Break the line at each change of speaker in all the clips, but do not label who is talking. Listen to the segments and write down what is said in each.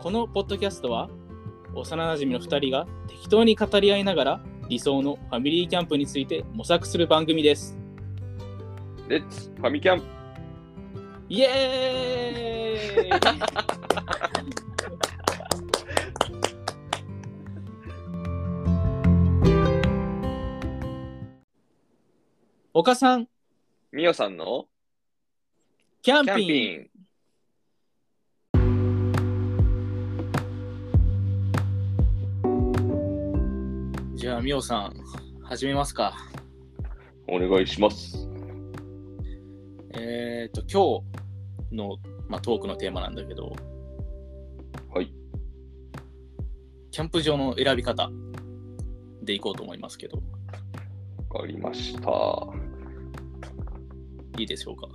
このポッドキャストは幼なじみの2人が適当に語り合いながら理想のファミリーキャンプについて模索する番組です
レッツファミキャン
イエーイ岡さん
みおさんの
キャン
キ
ピ
ャン
ング
ピング
じゃあみおさん始めますか
お願いします
えっ、と今日の、まあ、トークのテーマなんだけど
はい
キャンプ場の選び方でいこうと思いますけど
わかりました
いいでしょうか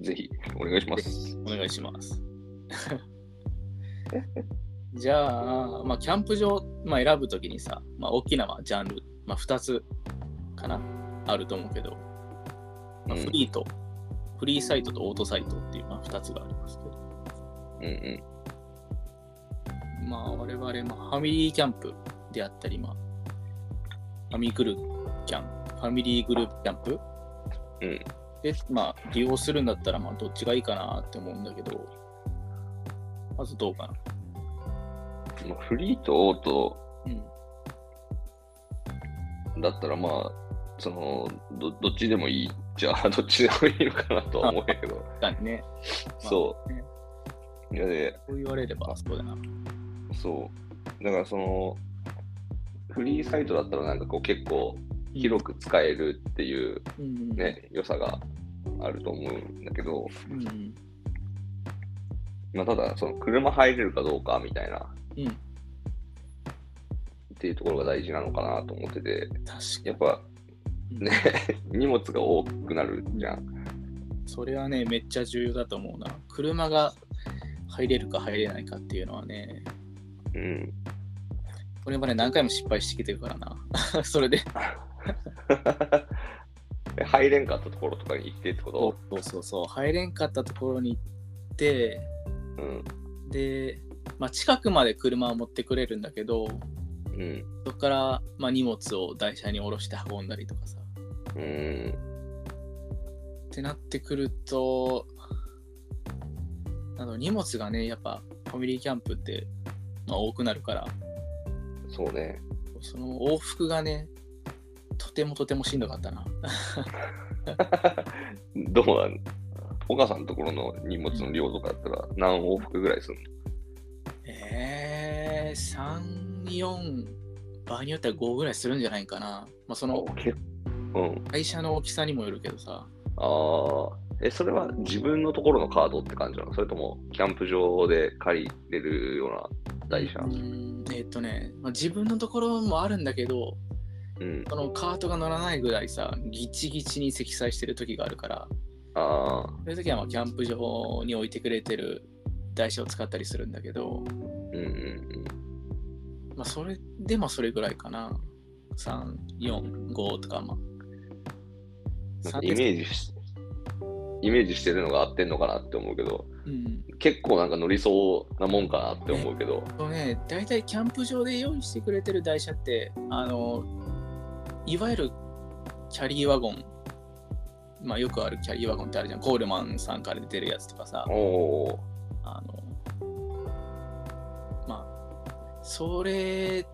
ぜひお願いします
お願いします。 じゃあ、まあ、キャンプ場、まあ、選ぶときにさ、まあ、大きなまあジャンル、まあ、2つかなあると思うけど、まあ、
うん
フリーと、フリーサイトとオートサイトっていう、まあ、2つがありますけど、
うんう
まあ、我々、まあ、ファミリーキャンプであったり、まあ、ファミグルキャンプ、ファミリーグループキャンプ、
うん
で、まあ、利用するんだったら、まあ、どっちがいいかなって思うんだけど、まずどうかな。
んまあフリーとオート
うん
だったらまあそのどどっちでもいいじゃ あどっちでもいいのかなとは思うけど
確かにね。
そ
ね
ういやで
そう言われれば、そうだな。
そう。だからその、フリーサイトだったらなんかこう結構広く使えるっていう
うん、
ね、良さがあると思うんだけど、
うん。うん。
まあ、ただその車入れるかどうかみたいな、
うん
っていうところが大事なのかなと思ってて、
確か
やっぱ
に。
ね、荷物が多くなるじゃん。
それはね、めっちゃ重要だと思うな。車が入れるか入れないかっていうのはね、
うん。
これまで何回も失敗してきてるからな。 それで。
え入れんかったところとかに行ってってこ
そ
と
うそうそう。入れんかったところに行って、
うん。
で、まあ、近くまで車を持ってくれるんだけど、
うん。
そこから、まあ、荷物を台車に下ろして運んだりとかさ。
うん。
ってなってくるとあの荷物がねやっぱファミリーキャンプって、まあ、多くなるから
そうね。
その往復がねとてもとてもしんどかったな
どうなんお母さんのところの荷物の量とかだったら何往復ぐらいする
えー、34場合によっては5ぐらいするんじゃないかな、まあ、その
のけうん。
会社の大きさにもよるけどさ
ああ。え、それは自分のところのカードって感じなのそれともキャンプ場で借りれるような台車
うーんえーっとね、まあ、自分のところもあるんだけど
うん。
そのカートが乗らないぐらいさギチギチに積載してる時があるから
ああ。
そういう時はまあキャンプ場に置いてくれてる台車を使ったりするんだけど、
うんうん
まあ、それでもそれぐらいかな。3、4、5とかまあ。
うん。イメージし、イメージしてるのが合ってんのかなって思うけど、
うん。
結構なんか乗りそうなもんかなって思うけど、
とね、大体キャンプ場で用意してくれてる台車って、あの、いわゆるキャリーワゴン、まあよくあるキャリーワゴンってあるじゃん。コールマンさんから出てるやつとかさ。
おお。
あの、まあ、それ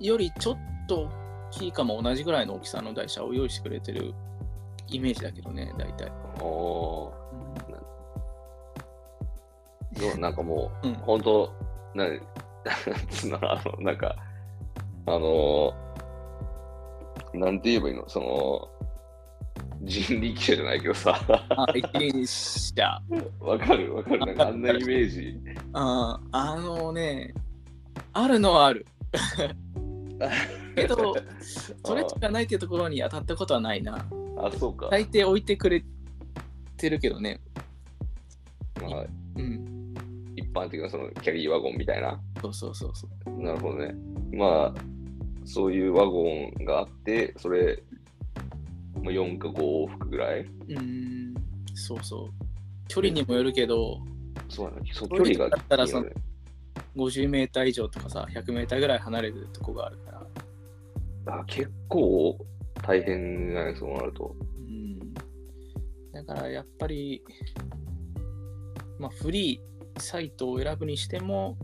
よりちょっと大きいかも同じぐらいの大きさの台車を用意してくれてるイメージだけどね、大体。
おーどうなんかもう、
うん
本当ななん つうのあのなんかあのーなんて言えばいいのその人力車じゃないけどさ
あ、一輪車。
わかるわかるなんかあんなイメージ
あーあのね、あるのはある。けど、それしかないっていうところに当たったことはないな。
あそうか、
大抵置いてくれてるけどね。
まあ、
うん。
一般的なそのキャリーワゴンみたいな
そうそうそうそう。
なるほどねまあそういうワゴンがあってそれまあ4か5往復ぐらいう
ーん、そうそう。距離にもよるけど、
そうだね。そう
距離
距離が
だったら
いいよね
50メーター以上とかさ、100メーターぐらい離れてるとこがあるから。
あ結構大変じゃないそうなると。
うん。だからやっぱり、まあ、フリーサイトを選ぶにしても、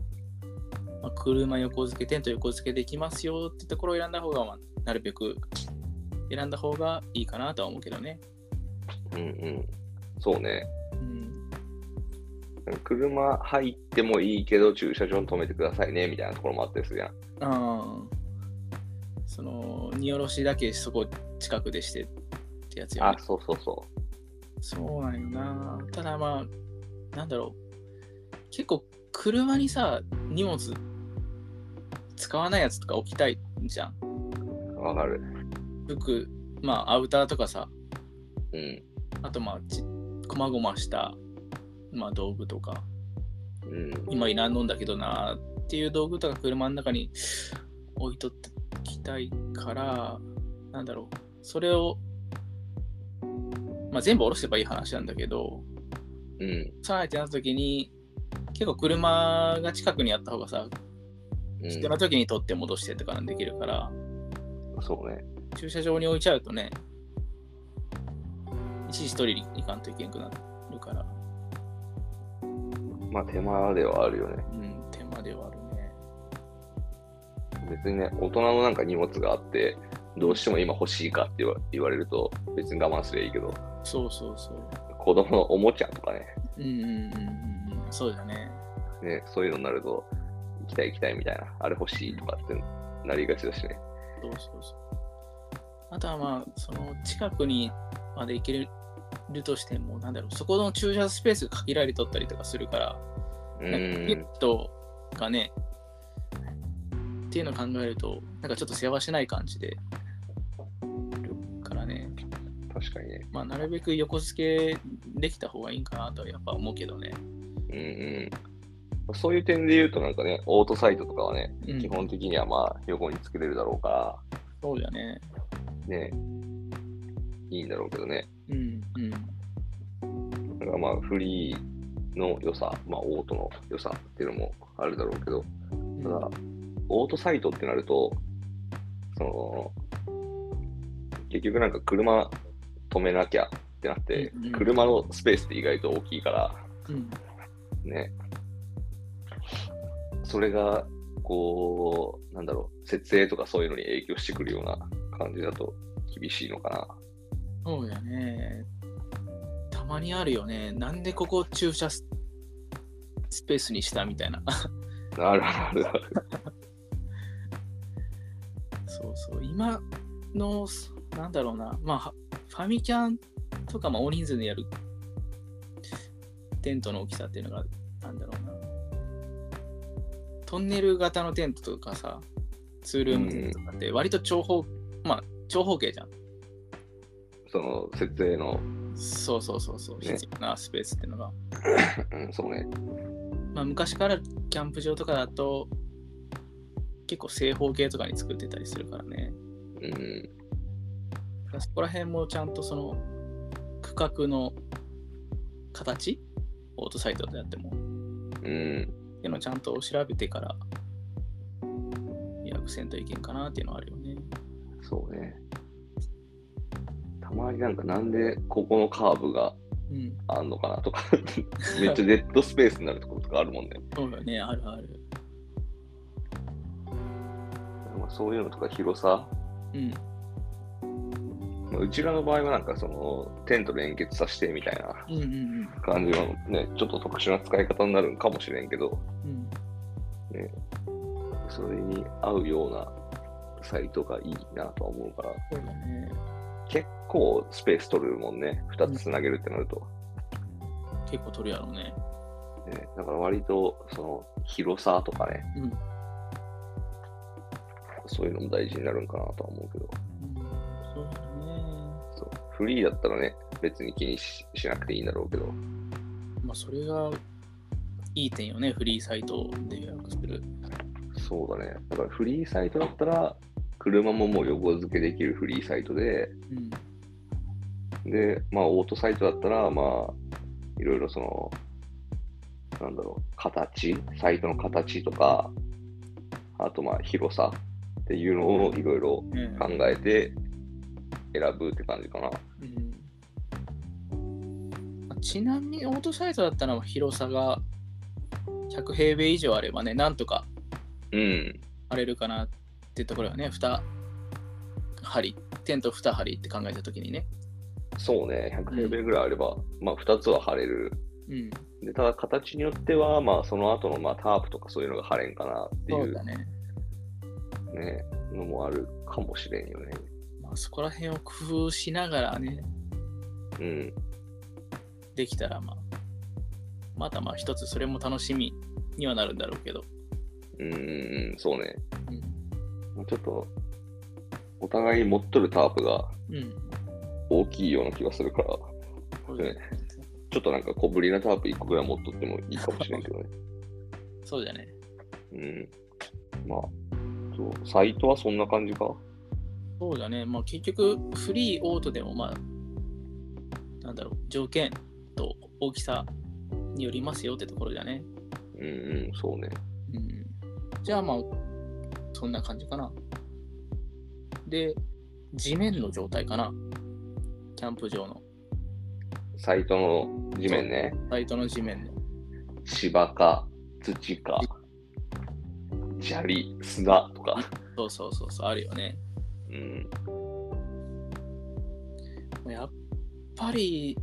まあ、車横付け、テント横付けできますよってところを選んだ方が、まあ、なるべく選んだ方がいいかなとは思うけどね。
うんうん。そうね。
うん。
車入ってもいいけど、駐車場に止めてくださいね、みたいなところもあったりするやん。
ああ。その、荷下ろしだけそこ近くでしてってやつよね
あ、。そうそうそ
そうなんよな。ただまあ、なんだろう。結構、車にさ、荷物使わないやつとか置きたいじゃん。
う。わかる。
服、まあ、アウターとかさ、
うん。
あとまあ、ちこまごました、まあ、道具とか、
うん。
今いらんのんだけどなっていう道具とか車の中に置いとってきたいから、なんだろう。それを、まあ、全部下ろせばいい話なんだけど、
うん。
さえってなった時に結構車が近くにあった方がさ
う
必
ん
要な時に取って戻してとかできるから、
そうね。
駐車場に置いちゃうとね一時一人に行かんといけなくなるから、
まあ手間ではあるよね。
うん、手間ではあるね
別にね、大人のなんか荷物があって、どうしても今欲しいかって言わ言われると、別に我慢すりゃいいけど、
そうそうそう
子供のおもちゃとかね、
うんうんうんうんうんそうだね
ねそういうのになると、行きたい行きたいみたいな、あれ欲しいとかってなりがちだしね。
そうそうそうあとはまあその近くにまで行けるとしてもなんだろうそこの駐車スペースが限られとったりとかするから
う
なんかペ
ーん
ッ。トがね、っていうのを考えると、なんかちょっと世話しない感じで、るからね、
確かにね。
まあ、なるべく横付けできた方がいいんかなとはやっぱ思うけどね。
うんうん。そういう点で言うと、なんかね、オートサイトとかはね、
うん
基本的にはまあ、横に作れるだろうか
そうだね。
ら、ね、いいんだろうけどね。
うん、うん。
だからまあ、フリーの良さ、まあ、オートの良さっていうのもあるだろうけど、ただ、オートサイトってなると、その、結局なんか車止めなきゃってなって
うんうん、
車のスペースって意外と大きいから、
うん、
ね。それが、こう、なんだろう、設営とかそういうのに影響してくるような感じだと厳しいのかな。
そうだね。たまにあるよね。なんでここ駐車ススペースにしたみたいな。
あるあるあ る。
そうそう、今の、そなんだろうな、まあ、はファミキャンとか、まあ、大人数でやるテントの大きさっていうのが、なんだろうな、トンネル型のテントとかさ、ツールームテントとかって、割と長方、まあ、長方形じゃん。
その、設営の、
そうそうそうそう、
ね
必要なスペースっていうのが。
うん、そうね。
まあ、昔からキャンプ場とかだと、結構正方形とかに作ってたりするからね。
うん、
そこら辺もちゃんとその区画の形オートサイトであってもっ
うん、
ていうのをちゃんと調べてから予約せんといけんかなっていうのはあるよね。
そうね。たまになんか、なんでここのカーブが
うん。
あんのかなと か、めっちゃデッドスペースになるところとかあるもんね。
そうだね、あるある。
まあ、そういうのとか広さ、
うん。
まあうちらの場合はなんかそのテント連結させてみたいな
うんうん
感じのね、ちょっと特殊な使い方になるんかもしれんけど、
うん。うん、
それに合うようなサイトがいいなとは思うから、
そうだね。
結構スペース取るもんね、2つつなげるってなると。
結構取るやろうね。
ね、だから割とその広さとかね、
うん
そういうのも大事になるんかなとは思うけど、
うん、そうだね。
そうフリーだったらね、別に気にししなくていいんだろうけど、
まあ、それがいい点よね、フリーサイトで予約する。
そうだね。だからフリーサイトだったら、車ももう横付けできるフリーサイトで、
うん。
で、まあ、オートサイトだったら、まあ、いろいろその、なんだろう、形、サイトの形とか、あとまあ広さっていうのをいろいろ
うん
考えて選ぶって感じかな。
うんちなみにオートサイトだったら広さが100平米以上あればね、なんとか
うん。
荒れるかなってところはね、2針、テント2針って考えたときにね。
そうね、100平米ぐらいあれば、まあ2つは貼れる。
うん、
で、ただ形によっては、まあその後のまあタープとかそういうのが貼れんかなってい
そう
う
だね。
ね、のもあるかもしれんよね。
まあ、そこら辺を工夫しながらね、
うん。
できたら、まあ、またまあ一つそれも楽しみにはなるんだろうけど。
うんうん、そうね。
うん。
まあちょっと、お互い持っとるタープが
うん、
大きいような気がするから、
そうだね
ちょっとなんか小ぶりなタープ1個ぐらい持っとってもいいかもしれんけどね。
そうだね。
うん。まあ、そうサイトはそんな感じか
そうだね、まあ、結局、フリーオートでも、まあ、なんだろう、条件と大きさによりますよってところだね。
うんうん、そうね。
うん、じゃあ、まあ、そんな感じかな。で、地面の状態かな。キャンプ場の、
サイトの地面ね、
サイトの地面の。
芝か、土か、砂利、砂とか。
そうそうそうそう、あるよね。
うん。
まあやっぱり、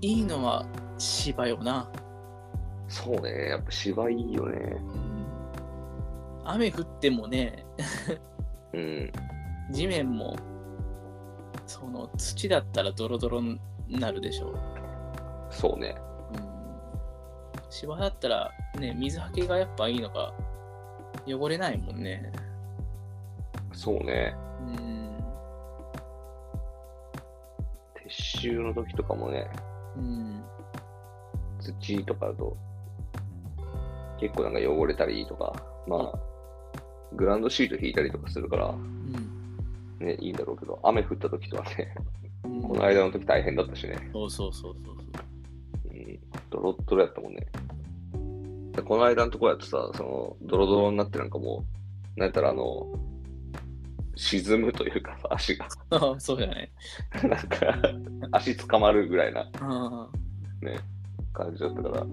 いいのは芝よな。
そうね、やっぱ芝いいよね。
雨降ってもね、
うん。
地面もその土だったらドロドロになるでしょう、
そうね。
うん、芝だったらね水はけがやっぱいいのか汚れないもんね
そうね。
うん、
撤収の時とかもね、
うん、
土とかだと、結構なんか汚れたりとか、まあ、グラウンドシート引いたりとかするから、
うん
ね、いいんだろうけど、雨降った時とはね、
うん
この間の時大変だったしね、
そうそうそうそう
うん、ドロッドロやったもんね。でこの間のとこやとさ、その、ドロドロになってなんかもう、なんやったらあの、沈むというかさ、足が、
そう そうだね
なんか、足捕まるぐらいな
あ
感じだったから、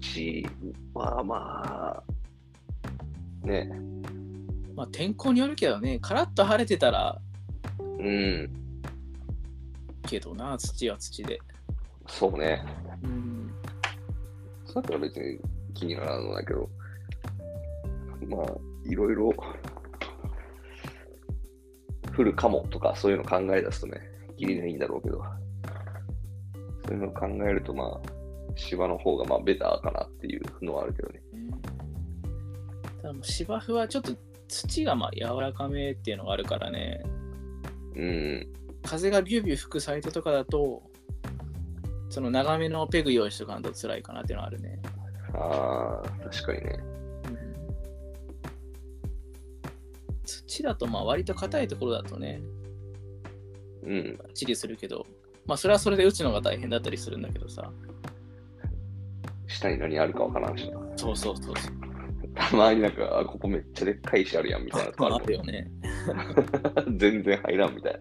土はまあ、ね、
まあ天候によるけどねカラッと晴れてたら
うん、
けどな土は土で、
そうね。
うん、
それは別に気にならんのだけど、まあ、いろいろ降るかもとか、そういうの考え出すとね、きりないんだろうけど、そういうのを考えると、まあ、芝の方がまあベターかなっていうのはあるけどね。
ただもう芝生はちょっと土がまあ柔らかめっていうのがあるからね
うん、
風がビュービュー吹くサイトとかだと、その長めのペグ用意しとかんと辛いかなっていうのはあるね。
ああ、確かにね。
土だとまあ割と硬いところだとね、
うん、
ばっちりするけど、まあそれはそれで打つのが大変だったりするんだけどさ。
下に何あるかわからんしな、
そうそうそうそう。
たまになんか、あここめっちゃでっかい石あるやんみたいなと こ
あ
あ
る
る。
よね。
全然入らんみたい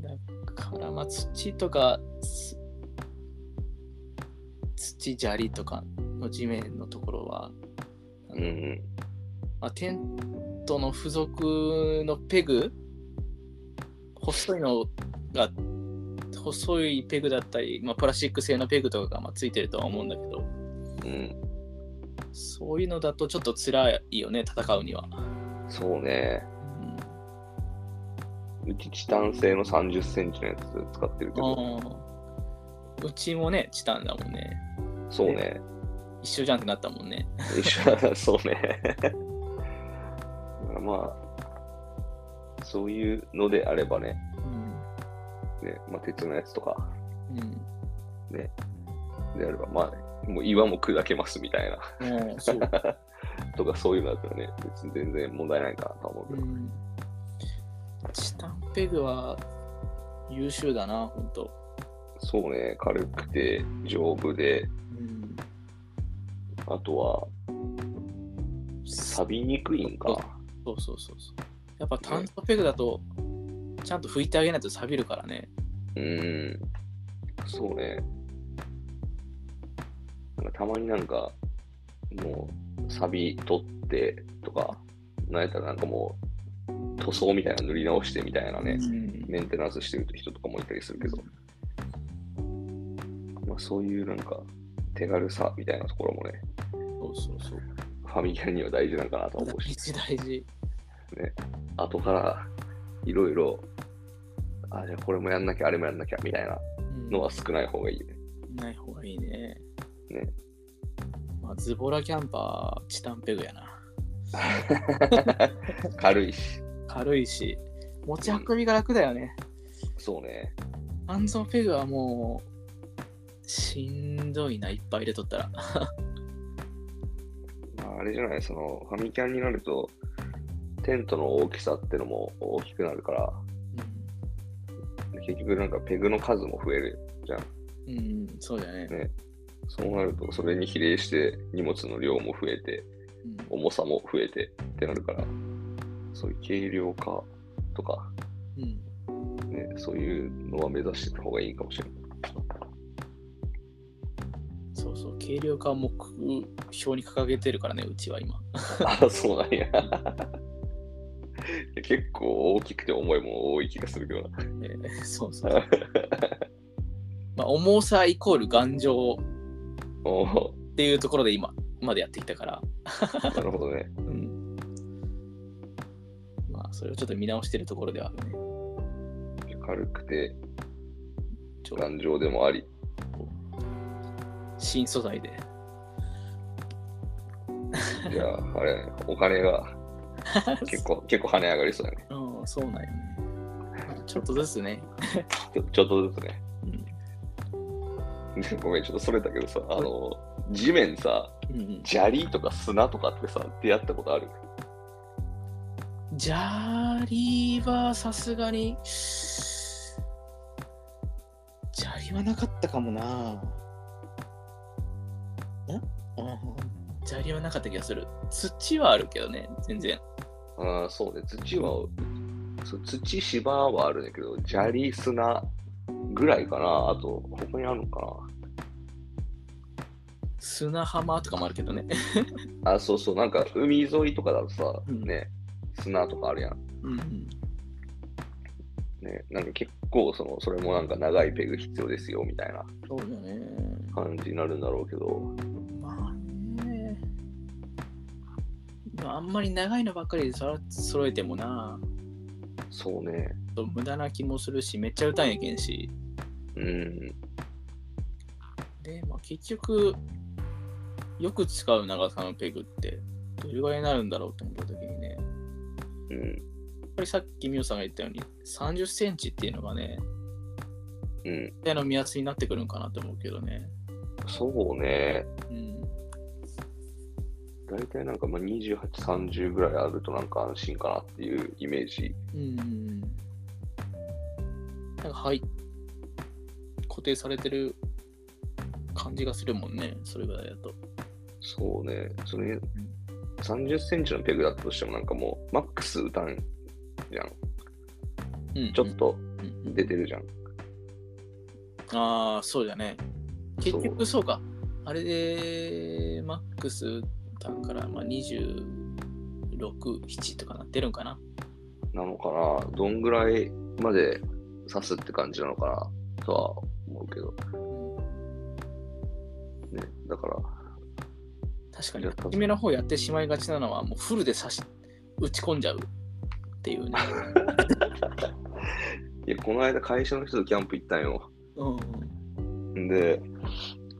な。
だからまあ土とか、す土砂利とかの地面のところは、
うんうん、
まあ、テントの付属のペグ細いのが細いペグだったり、まあ、プラスチック製のペグとかがまあついてるとは思うんだけど
うん、
そういうのだとちょっと辛いよね戦うには、
そうね。
うん、
うちチタン製の30センチのやつ使ってるけど、
あーうちもねチタンだもんね
そうね。
一緒じゃんってなったもんね
一緒だ、そうね。 だからまあ、そういうのであればね、
うん、
ねまあ、鉄のやつとか
うん
であれば、まあ、もう岩も砕けますみたいな、
もうそう、
とかそういうのだったらね、別に全然問題ないかなとは思う
う
けど、
ん、チタンペグは優秀だな本当
そうね、軽くて丈夫で、
うん、
あとは
そ
錆びにくいんかな。
うそうそうそう。やっぱ炭素ペグだと、ちゃんと拭いてあげないと錆びるからね。
うーん、そうね。なんかたまになんか、もう、サビ取ってとか、なんやったらなんかもう、塗装みたいなの塗り直してみたいなね、
うん
メンテナンスしてる人とかもいたりするけど、まあそういうなんか、手軽さみたいなところもね、
そうそうそう。
ファミリアには大事なんかなと思う
大
し、
事大事。
後からいろいろ、あ、じゃあこれもやんなきゃ、あれもやんなきゃみたいな
うん
のは少ない方がいいね。
ない方がいいね。
ね
まあ、ズボラキャンパー、チタンペグやな。
軽いし。
軽いし、持ち運びが楽だよね。
そうね。
ハンゾンペグはもう、しんどいな、いっぱい入れとったら。
まあ、あれじゃない、その、ファミキャンになると、テントの大きさってのも大きくなるから、結局なんかペグの数も増えるじゃん。
うん、うん、そうだね。
ねそうなると、それに比例して荷物の量も増えて、
うん
重さも増えてってなるから、そういう軽量化とか、
うん、
ね、そういうのは目指してた方がいいかもしれない。
そうそう、軽量化を目標に掲げてるからね、うちは今。
あ、そうなんや。 結構大きくて重いもん多い気がするけどな。
えーそうそう。まあ、重さイコール頑丈
おー
っていうところで今までやってきたから、
なるほどね。
うん。まあ、それをちょっと見直してるところではあるね。
軽くて
ちょっと
頑丈でもあ り。
新素材で。
じゃあ、あれ、お金 が結構、結構跳ね上がりそうだね。
うん、そうなんよね。ちょっとずつね。
ちょちょっとずつね。
うん。
でごめん、ちょっとそれだけどさ、あの、地面さ、
うん、
砂利とか砂とかってさ、出会ったことある
砂利はさすがに、砂利はなかったかもな。んうん砂利はなかった気がする。土はあるけどね、全然。
ああ、そうね、土は、そう土、芝はあるんだけど、砂利、砂ぐらいかな。あと、他にあるのか
砂浜とかもあるけどね。
な。あ、そうそう、なんか海沿いとかだとさ、
うん
ね、砂とかあるやん。
うん、
ね、なんか結構その、それもなんか長いペグ必要ですよみたいな
そうだね。
感じになるんだろうけど、
まあね。まああんまり長いのばっかりでそ揃えてもな。
そうね、
ちょっと無駄な気もするし、めっちゃ歌んやけんし。
うん、
で、まあ、結局、よく使う長さのペグって、どれぐらいになるんだろうと思った時にね、やっ
うん、
ぱりさっきミオさんが言ったように、30センチっていうのがね、
うん、
全体の目安になってくるんかなと思うけどね。
そうね、
うん。
大体なんかまあ28、30ぐらいあるとなんか安心かなっていうイメージ。
うん。なんか、はい。固定されてる感じがするもんね、それぐらいだと。
そうね、それ30センチのペグだったとしてもなんかもうマックス打たんじゃん。
うん。
ちょっと
うん、うん
出てるじゃん。
ああ、そうだね。結
そ
局そうか。あれで、マックス打ったんから、まあ、26、7とかなってるんかな。
なのかな、どんぐらいまで刺すって感じなのかなとは思うけど、ね、だから、
確か
い
に
や多、分
初めの方やってしまいがちなのは、もうフルで刺し、打ち込んじゃうっていう ね。
いや、この間会社の人とキャンプ行ったんよ。
うんうん。
んで、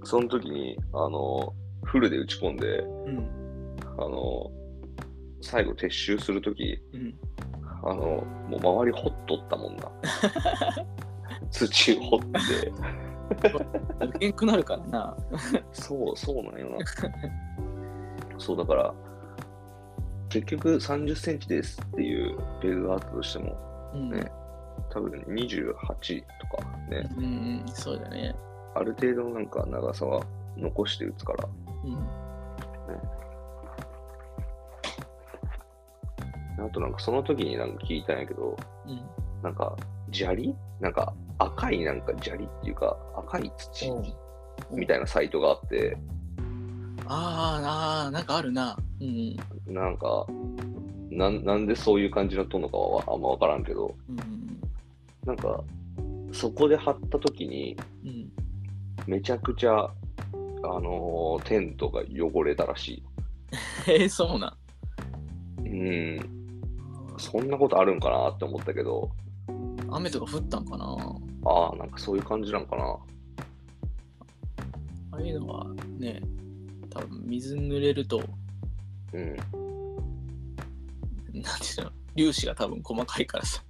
その時に、あの、フルで打ち込んで、
うん。
あの、最後撤収する時
うん、
あの、もう周りほっとったも んな。土掘って、
抜けんくなるからな。
そう、そうなんよな。そう、だから、結局30センチですっていうペグがあったとしても、
うん。
ね多分28とかね、
うん、そうだね。
ある程度のなんか長さは残して打つから、
うん。
あとなんかその時になんか聞いたんやけど、
うん。
なんか砂利なんか赤いなんか砂利っていうか赤い土みたいなサイトがあって、
あーあー、なんかあるな。うん。
なんか、なんなんでそういう感じになっとんのかはあんま分からんけど、
うん。
なんか、そこで貼った時に、
うん。
めちゃくちゃ、あのーテントが汚れたらし
えー、そうなん。
い。うん、そんなことあるんかなって思ったけど、
雨とか降ったんかな。
ああ、なんかそういう感じなんかな。
ああいうのはね、多分水濡れると、
うん、
なんていうの、粒子が多分細かいからさ。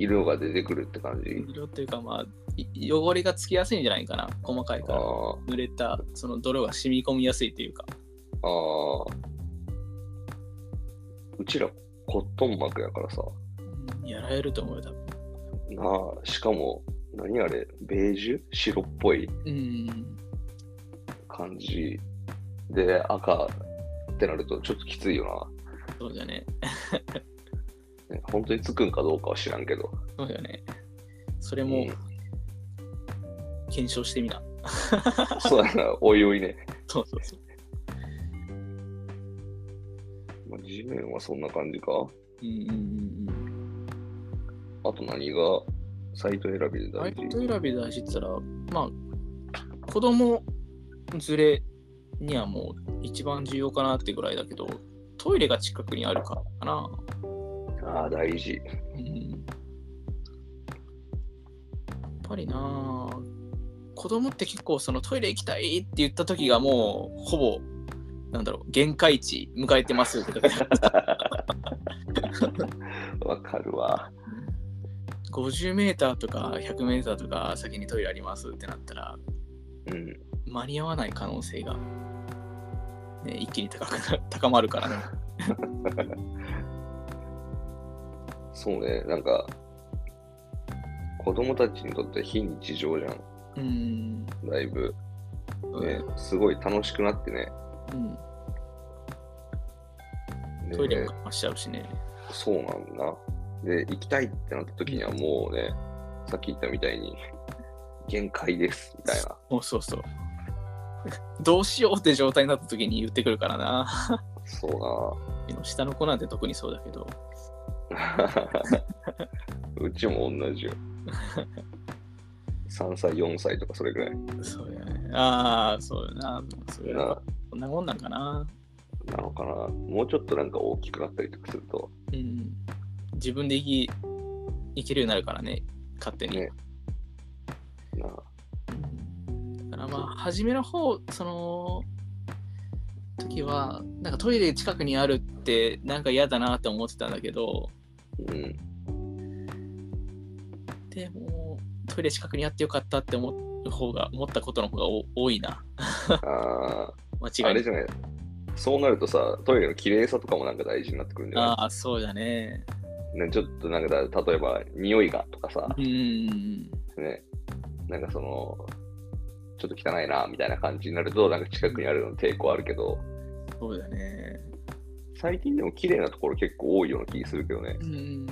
色が出てくるって感じ。
色っていうかまあ、い汚れがつきやすいんじゃないかな。細かい
あ
から。
あ、
濡れたその泥が染み込みやすいというか。
ああ。うちら、コットン膜やからさ、
やられると思うよ、多分。
なあ、しかも、何あれ、ベージュ白っぽい。
うん。
感じで赤ってなるとちょっときついよ
そうだね。
な、ね、本当につくんかどうかは知らんけど
そうだよね。それも
ん
検証してみな。
そうだなおいおいね、
そうそうそう。
まあ、地面はそんな感じか
うんうん
あと何がサイト選びで
うん。バ
大
イ
事
ト選び大事って言ったら、まあ、子供連れにはもう一番重要かなってぐらいだけど、トイレが近くにあるからかな。
ああ大事
うん。やっぱりなあ子供って結構そのトイレ行きたいって言った時がもうほぼなんだろう限界値迎えてますって時だ
わかるわ
50m とか 100m とか先にトイレありますってなったら
うん
間に合わない可能性が、ね、一気に高くな高まる からね。
そうねなんか子供たちにとって非日常じゃん
うん。
だいぶ、
そうだ
ね
よ、
すごい楽しくなってね
うん、
で
トイレも我慢しちゃうしね。
そうなんだ。で、行きたいってなった時にはもうね、さっき言ったみたいに、限界です、みたいな。
もうそうそう。 どうしようって状態になった時に言ってくるからな。
そう
下の子なんて特にそうだけど。
な。 うちも同じよ。3歳、4歳とかそれぐらい。
そうやね。ああ、そうやな。そうやな
な
こんなもんなんかな。
なのかな。もうちょっとなんか大きくなったりとかすると、
うん。自分で生き生きるようになるからね、勝手に。
ねなあ
だからまあ初めの方その時はなんかトイレ近くにあるってなんか嫌だなって思ってたんだけど
うん、
でもトイレ近くにあってよかったって思う方が思ったことの方がお多いな
あ
間
ーあ
違
れ
い
じゃない。そうなるとさ、トイレの綺麗さとかもなんか大事になってくるんじゃ
あ
な
あーそうだね
い、ね、ちょっとなんかだ、例えば、匂いがとかさ、
うん
ね、なんかその、ちょっと汚いなみたいな感じになると、なんか近くにあるの抵抗あるけど、
そうだね
最近でも綺麗なところ結構多いような気するけどね
う。ん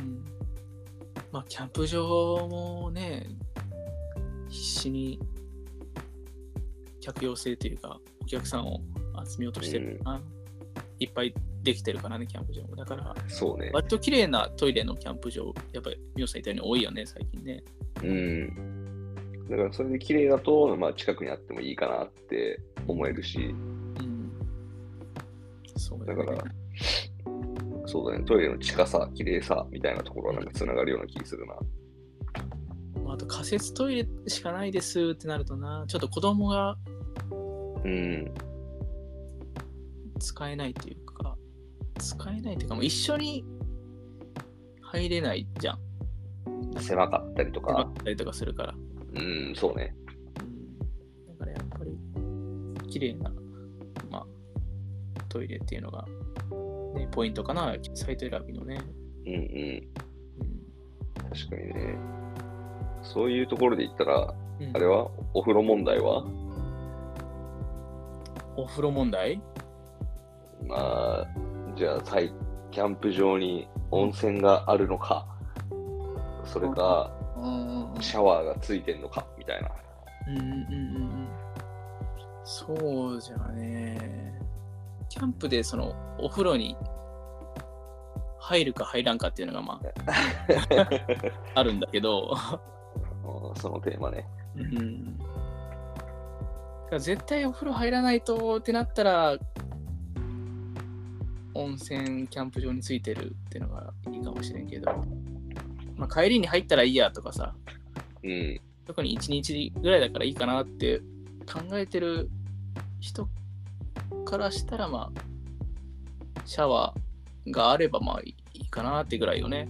まあキャンプ場もね必死に客用性というかお客さんを集めようとしてるかな、いっぱいできてるからねキャンプ場もだから
そうね。
割と綺麗なトイレのキャンプ場やっぱり美穂さん言ったように多いよね最近ね
うん。だからそれで綺麗だと、まあ近くにあってもいいかなって思えるし、
うんそうだ,、ね、
だから、そうだね、トイレの近さ、綺麗さみたいなところはなんかつながるような気するな。
まああと仮設トイレしかないですってなるとなちょっと子供が
うん。
使えないというか使えないというかもう一緒に入れないじゃん
狭かったりと
あ
か
っ、たりとかするから、
うん、そうね。
うん、だからやっぱり綺麗なまあトイレっていうのが、ね、ポイントかなサイト選びのね、
うんう
う
ん。
ん、
確かにね。そういうところで言ったら、
うん
あれはお風呂問題は
お風呂問題
まあ、じゃあ、タイキャンプ場に温泉があるのか、それか、
うんうん
シャワーがついてんのか、みたいな。
うんうんうんそうじゃねキャンプでそのお風呂に入るか入らんかっていうのがまああるんだけど、
そのテーマね。
うん、だから絶対お風呂入らないとってなったら温泉キャンプ場についてるっていうのがいいかもしれんけど、まあ、帰りに入ったらいいやとかさ
うん。
特に1日ぐらいだからいいかなって考えてる人からしたらまあシャワーがあればまあいいかなってぐらいよね。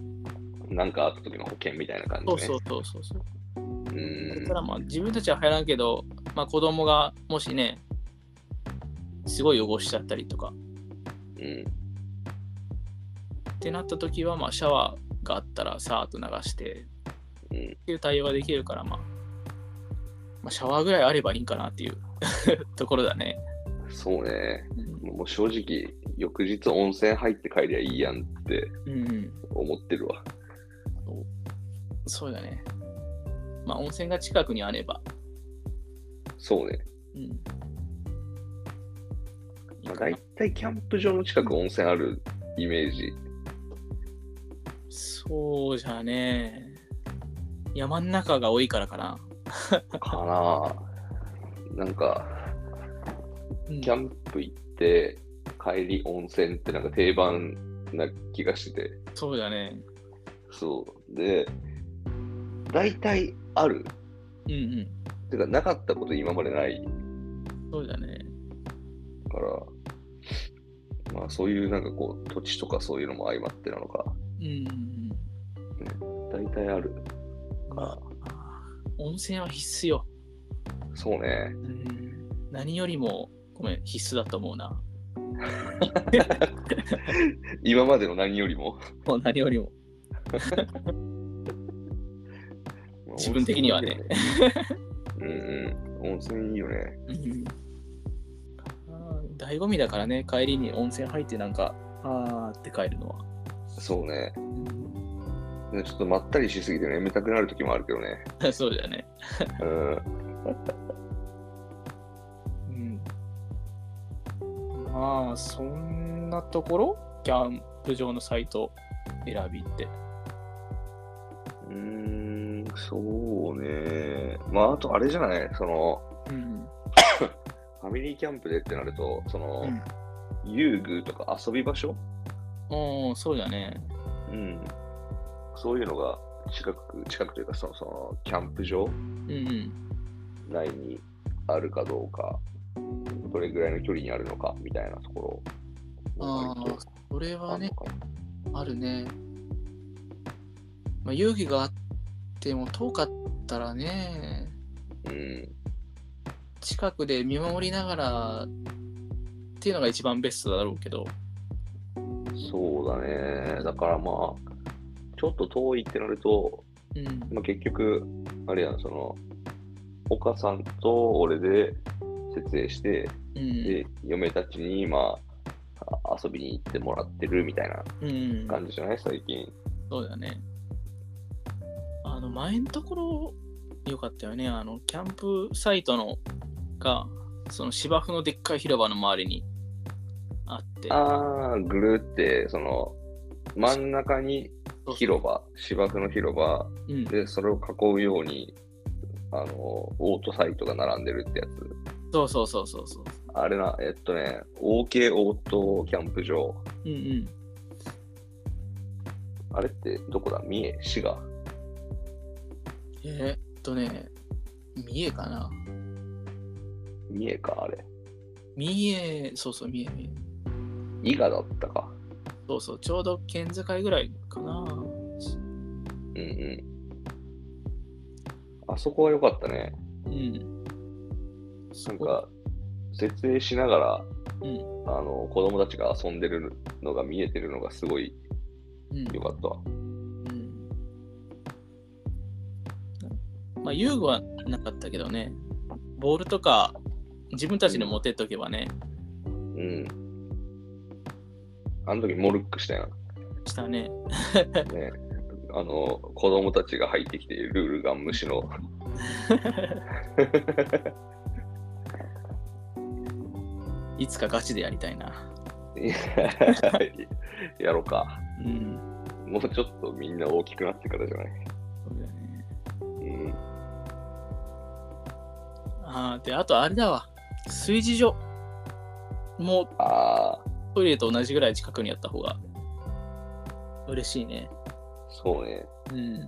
なんかあった時の保険みたいな感じ
そ
ね。
うそうそうそうそう。
う
そ
ん
れからまあ自分たちは入らんけど、まあ子供がもしね、すごい汚しちゃったりとか
うん。
ってなった時はまあシャワーがあったらさーっと流して
うん
っていう対応ができるからまあ、まあ、シャワーぐらいあればいいんかなっていう ところだね。
そうね。
うん
もう正直、翌日温泉入って帰りゃいいやんって
うんうん
思ってるわ。
そうだね。まあ温泉が近くにあれば。
そうね。
うん。いい
まあ、
か
大
な
体キャンプ場の近く温泉あるイメージ。
そうじゃね。山の中が多いからかな。
かなぁなんか、
うん
キャンプ行って、帰り温泉ってなんか定番な気がしてて。
そうだね。
そう。で、大体ある。
うんうん。
てか、なかったこと今までない
そうだね。
から、まあそういうなんかこう、土地とかそういうのも相まってなのか、
うんうん
大体ある。
うん。
か
まあ、温泉は必須よ。
そうね。
うん。何よりも、ごめん、必須だと思うな。
今までの何よりも。
もう何よりも。自分的にはね。
うんうん。温泉いいよね。
うんあー醍醐味だからね、帰りに温泉入ってなんか、あーって帰るのは。
そうね。
うん
でちょっとまったりしすぎて眠たくなる時もあるけどね。
そうだよね。
うん。
うん。まあ、そんなところキャンプ場のサイト選びって。
うーん、そうね。まああとあれじゃないその、
うん。
ファミリーキャンプでってなると、その、
うん
遊具とか遊び場所、
おーそうだね。
うん、そういうのが近く、近くというか、その、そのキャンプ場
うんうん。
内にあるかどうか、どれぐらいの距離にあるのかみたいなところ
あ
割
あ
と、
それは
ある
ね
の、かな。
あるね。まあ、遊戯があっても遠かったらね、
うん、
近くで見守りながらっていうのが一番ベストだろうけど。
そうだね。だからまあ、ちょっと遠いってなると、
うん。
まあ、結局、あれやん、その、岡さんと俺で設営して、
うん。
で、嫁たちに、まあ、あ遊びに行ってもらってるみたいな
うん。
感じじゃない最近。
そうだね。あの、前のところ、よかったよね。あの、キャンプサイトのが、その芝生のでっかい広場の周りにあって、
ああ、ぐるって、その、真ん中に広場、芝生の広場、
うん、
で、それを囲うように、あの、オートサイトが並んでるってやつ。
そうそうそうそうそう。
あれな、えっとね、OK オートキャンプ場。
うんうん。
あれってどこだ三重滋賀
えーっとね、三重かな。
三重か、あれ。
三重、そうそう、三重、三重。
伊賀だったか。
そうそう、ちょうど県境ぐらいかな。
うんうん。あそこは良かったね。
うん。
なんか、設営しながら、
うん
あの子供たちが遊んでるのが見えてるのがすごい
うん、
良かったわ。
うんまあ、遊具はなかったけどね、ボールとか自分たちで持ってっとけばね、
うん。あの時モルックしたやん。
したね。
ね、あの子供たちが入ってきてルールが虫の
いつかガチでやりたいな。
やろうか
うん。
もうちょっとみんな大きくなってからじゃない、
そうだね。
うん、
ああ、で、あとあれだわ。炊事所。もう
ああ
トイレと同じぐらい近くにやった方が嬉しいね。
そうね
うん。や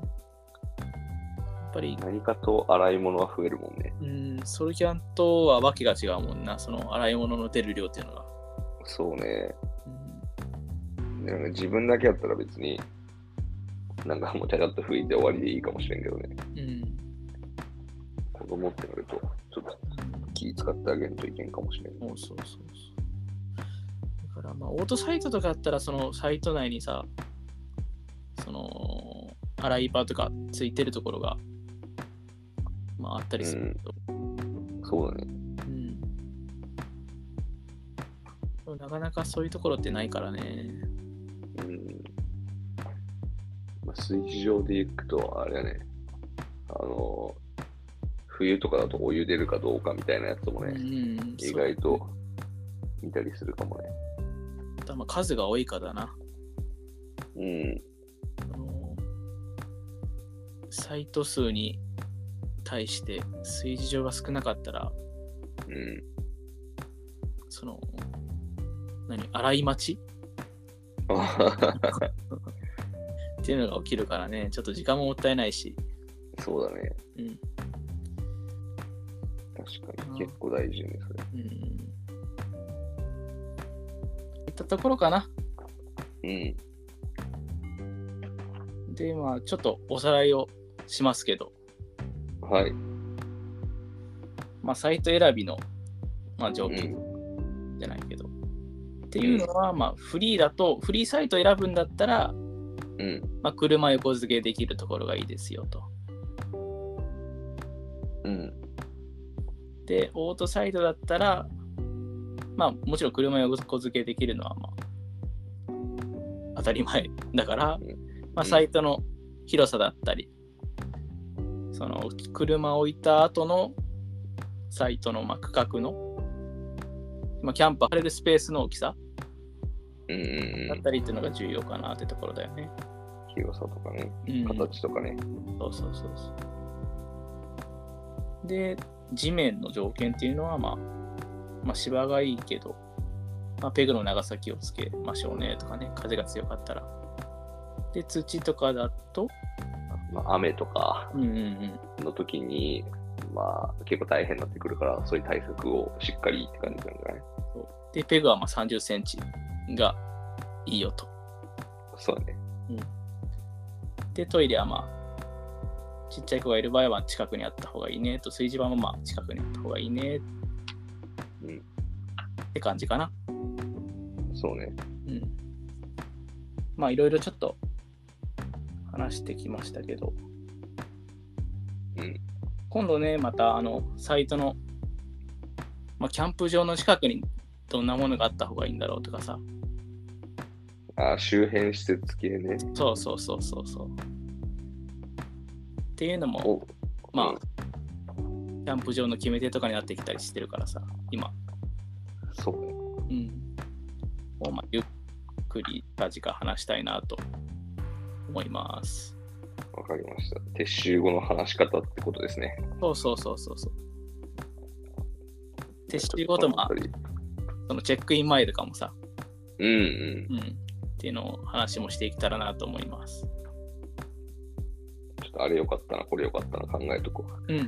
っぱり、
何かと洗い物は増えるもんね
うん、ソルキャンとはわけが違うもんな、その洗い物の出る量っていうのが。
そうね
うん
でなんか自分だけやったら別になんかもうちゃちゃっと拭いて終わりでいいかもしれんけどね
うん。
子供ってなるとちょっと気使ってあげるといけんかもしれん
そうそうそうそう。だからまあ、オートサイトとかあったら、そのサイト内にさ、その、洗い場とかついてるところが、まあ、あったりするけど、
そうだね
うん。でもなかなかそういうところってないからね。
うんまあ、水事場で行くと、あれやね、あの、冬とかだとお湯出るかどうかみたいなやつも
う
ね、
ん、
意外と見たりするかもね。
そうまあ数が多いかだな。
うん、
あのサイト数に対して炊事場が少なかったら、
うん、
その、何、洗い待ちっていうのが起きるからね、ちょっと時間ももったいないし、
そうだね。
うん
確かに、結構大事ね、それ。
うん。いったところかな。
うん、
で、まあ、ちょっとおさらいをしますけど、
はい。
まあ、サイト選びの、まあ、条件じゃないけど。っていうのは、まあ、フリーだと、フリーサイト選ぶんだったら、
うん、
まあ、車横付けできるところがいいですよと。
うん、
で、オートサイトだったら、まあ、もちろん車横付けできるのは、まあ、当たり前だから
うん、
まあ、サイトの広さだったり、その車を置いた後のサイトのまあ区画の、まあ、キャンプされるスペースの大きさ
うん、うん、
だ
う
っ
ん。
たりっていうのが重要かなってところだよね。
広さとかね、
うん、
形とかね。
そうそうそうそう。で、地面の条件っていうのは、まあ、まあ、芝がいいけど、まあ、ペグの長さ気をつけましょうねとかね、風が強かったら。で、土とかだと、
まあ、雨とか
うんうんうん、
の時に、まあ、結構大変になってくるから、そういう対策をしっかりって感じなんじゃない
で、ペグはまあ30センチがいいよと。
そうだね。
で、トイレはまあ、ちっちゃい子がいる場合は近くにあった方がいいねと、炊事場もまあ近くにあった方がいいね
うん、
って感じかな。
そうね。
うん、まあいろいろちょっと話してきましたけど
うん。
今度ねまたあのサイトの、まあ、キャンプ場の近くにどんなものがあった方がいいんだろうとかさ
あー、周辺施設系ね。
そうそうそうそうそうっていうのも
お
まあキャンプ場の決め手とかになってきたりしてるからさ今
そうね。
うんをまあゆっくり近々話したいなと思います
わかりました。撤収後の話し方ってことですね。
そうそうそうそうそう。撤収後とも、あ
やっぱり
そのチェックイン前とかもさ、
うんうん。
うん、っていうのを話もしていけたらなと思います。
ちょっとあれよかったな、これよかったな、考えとこう。
うん。は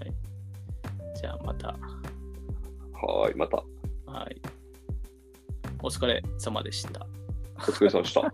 い。じゃあまた、
はーい、また。
はい。お疲れ様でした。
お疲れ様でした。